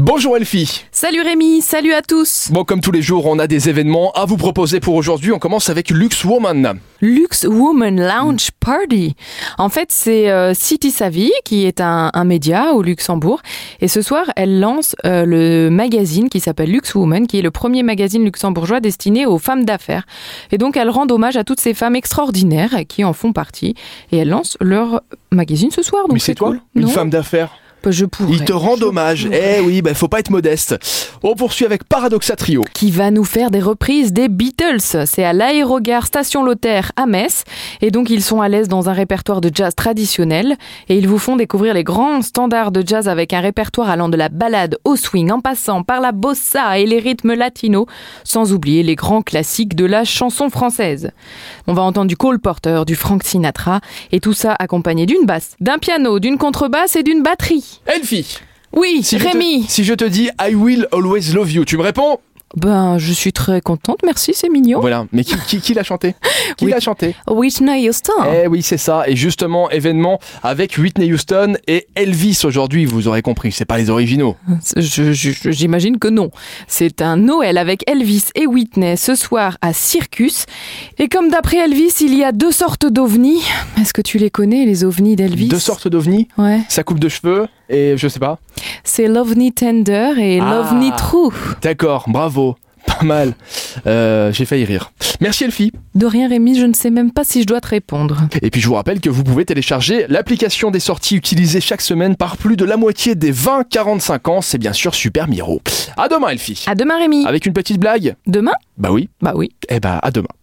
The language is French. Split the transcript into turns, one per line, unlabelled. Bonjour Elfie.
Salut Rémi, salut à tous.
Bon, comme tous les jours, on a des événements à vous proposer pour aujourd'hui. On commence avec Lux
Ah,
Woman.
Lux Woman Lounge Party. En fait, c'est euh, City Savvy qui est un, un média au Luxembourg. Et ce soir, elle lance euh, le magazine qui s'appelle Lux Woman, qui est le premier magazine luxembourgeois destiné aux femmes d'affaires. Et donc, elle rend hommage à toutes ces femmes extraordinaires qui en font partie. Et elle lance leur magazine ce soir. Donc
Mais c'est toi,
cool.
une
Non
femme d'affaires.
Bah, Je pourrais.
Il te rend
Je
hommage.
pourrais.
Eh oui, bah, faut pas être modeste. On poursuit avec Paradoxa Trio.
qui va nous faire des reprises des Beatles. C'est à l'aérogare Station Lothaire à Metz. Et donc, ils sont à l'aise dans un répertoire de jazz traditionnel. Et ils vous font découvrir les grands standards de jazz avec un répertoire allant de la ballade au swing, en passant par la bossa et les rythmes latinos, sans oublier les grands classiques de la chanson française. On va entendre du Cole Porter, du Frank Sinatra, et tout ça accompagné d'une basse, d'un piano, d'une contrebasse et d'une batterie.
Elfie.
Oui,
si je te-
Rémi
si je te dis I will always love you, tu me réponds
Ben, je suis très contente, merci, c'est mignon.
Voilà. Mais qui, qui, qui l'a chanté Qui
Oui. Ah.
l'a chanté
Whitney Houston.
Eh oui, c'est ça. Et justement, événement avec Whitney Houston et Elvis aujourd'hui. Vous aurez compris, c'est pas les originaux.
Je- je- je- J'imagine que non. C'est un Noël avec Elvis et Whitney ce soir à Circus. Et comme d'après Elvis, il y a deux sortes d'ovnis. Est-ce que tu les connais, les ovnis d'Elvis
Deux sortes d'ovnis.
Ouais.
Sa coupe de cheveux et je sais pas.
C'est l'ovni tender et
Ah.
l'ovni true.
D'accord, bravo. Pas mal. Euh, J'ai failli rire. Merci Elfie.
De rien, Rémi, je ne sais même pas si je dois te répondre.
Et puis je vous rappelle que vous pouvez télécharger l'application des sorties utilisée chaque semaine par plus de la moitié des 20-45 ans. C'est bien sûr Super Miro. À demain Elfie.
À demain, Rémi.
Avec une petite blague
Demain
Bah oui.
Bah oui.
Eh bah à demain.